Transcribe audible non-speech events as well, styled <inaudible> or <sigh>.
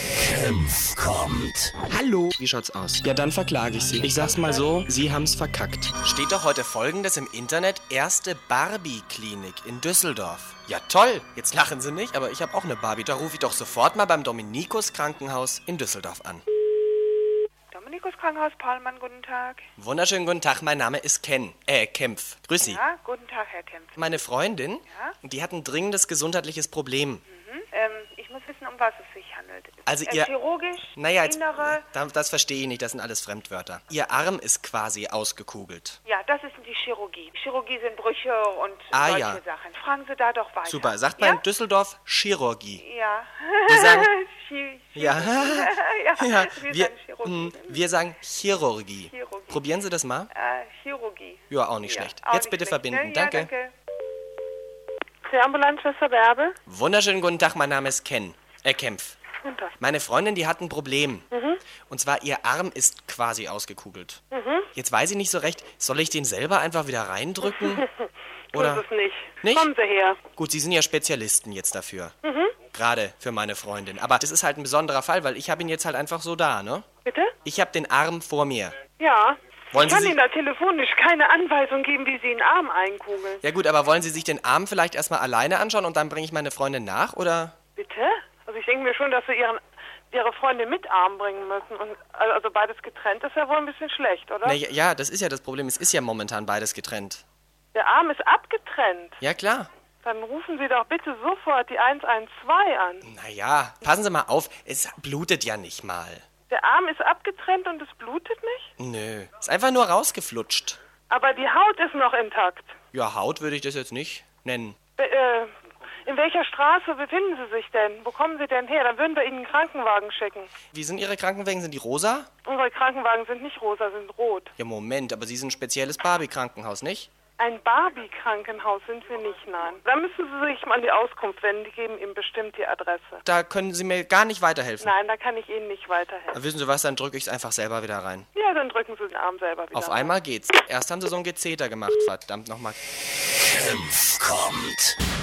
Senf kommt. Hallo. Wie schaut's aus? Ja, dann verklage ich Sie. Ich sag's mal so, Sie haben's verkackt. Steht doch heute folgendes im Internet: Erste Barbie-Klinik in Düsseldorf. Ja, toll. Jetzt lachen Sie nicht, aber ich habe auch eine Barbie. Da rufe ich doch sofort mal beim Dominikus Krankenhaus in Düsseldorf an. Dominikus Krankenhaus Paulmann, guten Tag. Wunderschönen guten Tag, mein Name ist Ken. Äh, Kempf. Grüß Sie. Ja, guten Tag, Herr Kempf. Meine Freundin, die hat ein dringendes gesundheitliches Problem. Hm? Ähm, ich muss wissen, um was es sich handelt. Also äh, ihr- Chirurgisch, Naja, jetzt, innere... das, das verstehe ich nicht, das sind alles Fremdwörter. Ihr Arm ist quasi ausgekugelt. Ja, das ist die Chirurgie. Chirurgie sind Brüche und Ah, solche ja. Sachen. Fragen Sie da doch weiter. Super, sagt man ja? in Düsseldorf Chirurgie. <laughs> Ja. <laughs> Wir sagen- Chi- Chi- Ja. <laughs> ja. <laughs> Ja, Wir, <laughs> wir, hm. sagen Chirurgie. ne? mh, wir sagen Chirurgie. Chirurgie. Probieren Sie das mal. Äh, Chirurgie. Ja, auch nicht Ja, schlecht. auch Jetzt nicht bitte schlecht, verbinden. ne? danke. Ja, danke. Die Ambulanzschwester Berbe. Wunderschönen guten Tag, mein Name ist Ken. Äh, Kempf. Guten Tag. Meine Freundin, die hat ein Problem. Und zwar, ihr Arm ist quasi ausgekugelt. Jetzt weiß ich nicht so recht, soll ich den selber einfach wieder reindrücken? Oder? Das ist nicht. Nicht? Kommen Sie her. Gut, Sie sind ja Spezialisten jetzt dafür. Gerade für meine Freundin. Aber das ist halt ein besonderer Fall, weil ich habe ihn jetzt halt einfach so da, ne? Bitte? Ich habe den Arm vor mir. Ja. Wollen ich Sie kann sich- Ihnen da telefonisch keine Anweisung geben, wie Sie den Arm einkugeln. Ja gut, aber wollen Sie sich den Arm vielleicht erstmal alleine anschauen und dann bringe ich meine Freundin nach, oder? Bitte? Also ich denke mir schon, dass Sie Ihren, Ihre Freunde mit Arm bringen müssen. Und, also beides getrennt ist ja wohl ein bisschen schlecht, oder? Na, ja, ja, das ist ja das Problem. Es ist ja momentan beides getrennt. Der Arm ist abgetrennt. Ja klar. Dann rufen Sie doch bitte sofort die 112 an. Naja, passen Sie mal auf, es blutet ja nicht mal. Der Arm ist abgetrennt und es blutet nicht? Nö, ist einfach nur rausgeflutscht. Aber die Haut ist noch intakt. Ja, Haut würde ich das jetzt nicht nennen. Be- Äh, in welcher Straße befinden Sie sich denn? Wo kommen Sie denn her? Dann würden wir Ihnen einen Krankenwagen schicken. Wie sind Ihre Krankenwagen? Sind die rosa? Unsere Krankenwagen sind nicht rosa, sind rot. Ja, Moment, aber Sie sind ein spezielles Barbie-Krankenhaus, nicht? Ein Barbie-Krankenhaus sind wir nicht, nein. Da müssen Sie sich mal an die Auskunft wenden, die geben Ihnen bestimmt die Adresse. Da können Sie mir gar nicht weiterhelfen. Nein, da kann ich Ihnen nicht weiterhelfen. Wissen Sie was, dann drücke ich es einfach selber wieder rein. Ja, dann drücken Sie den Arm selber wieder. Auf einmal geht's. Erst haben Sie so einen Gezeter gemacht, verdammt nochmal. Senf kommt.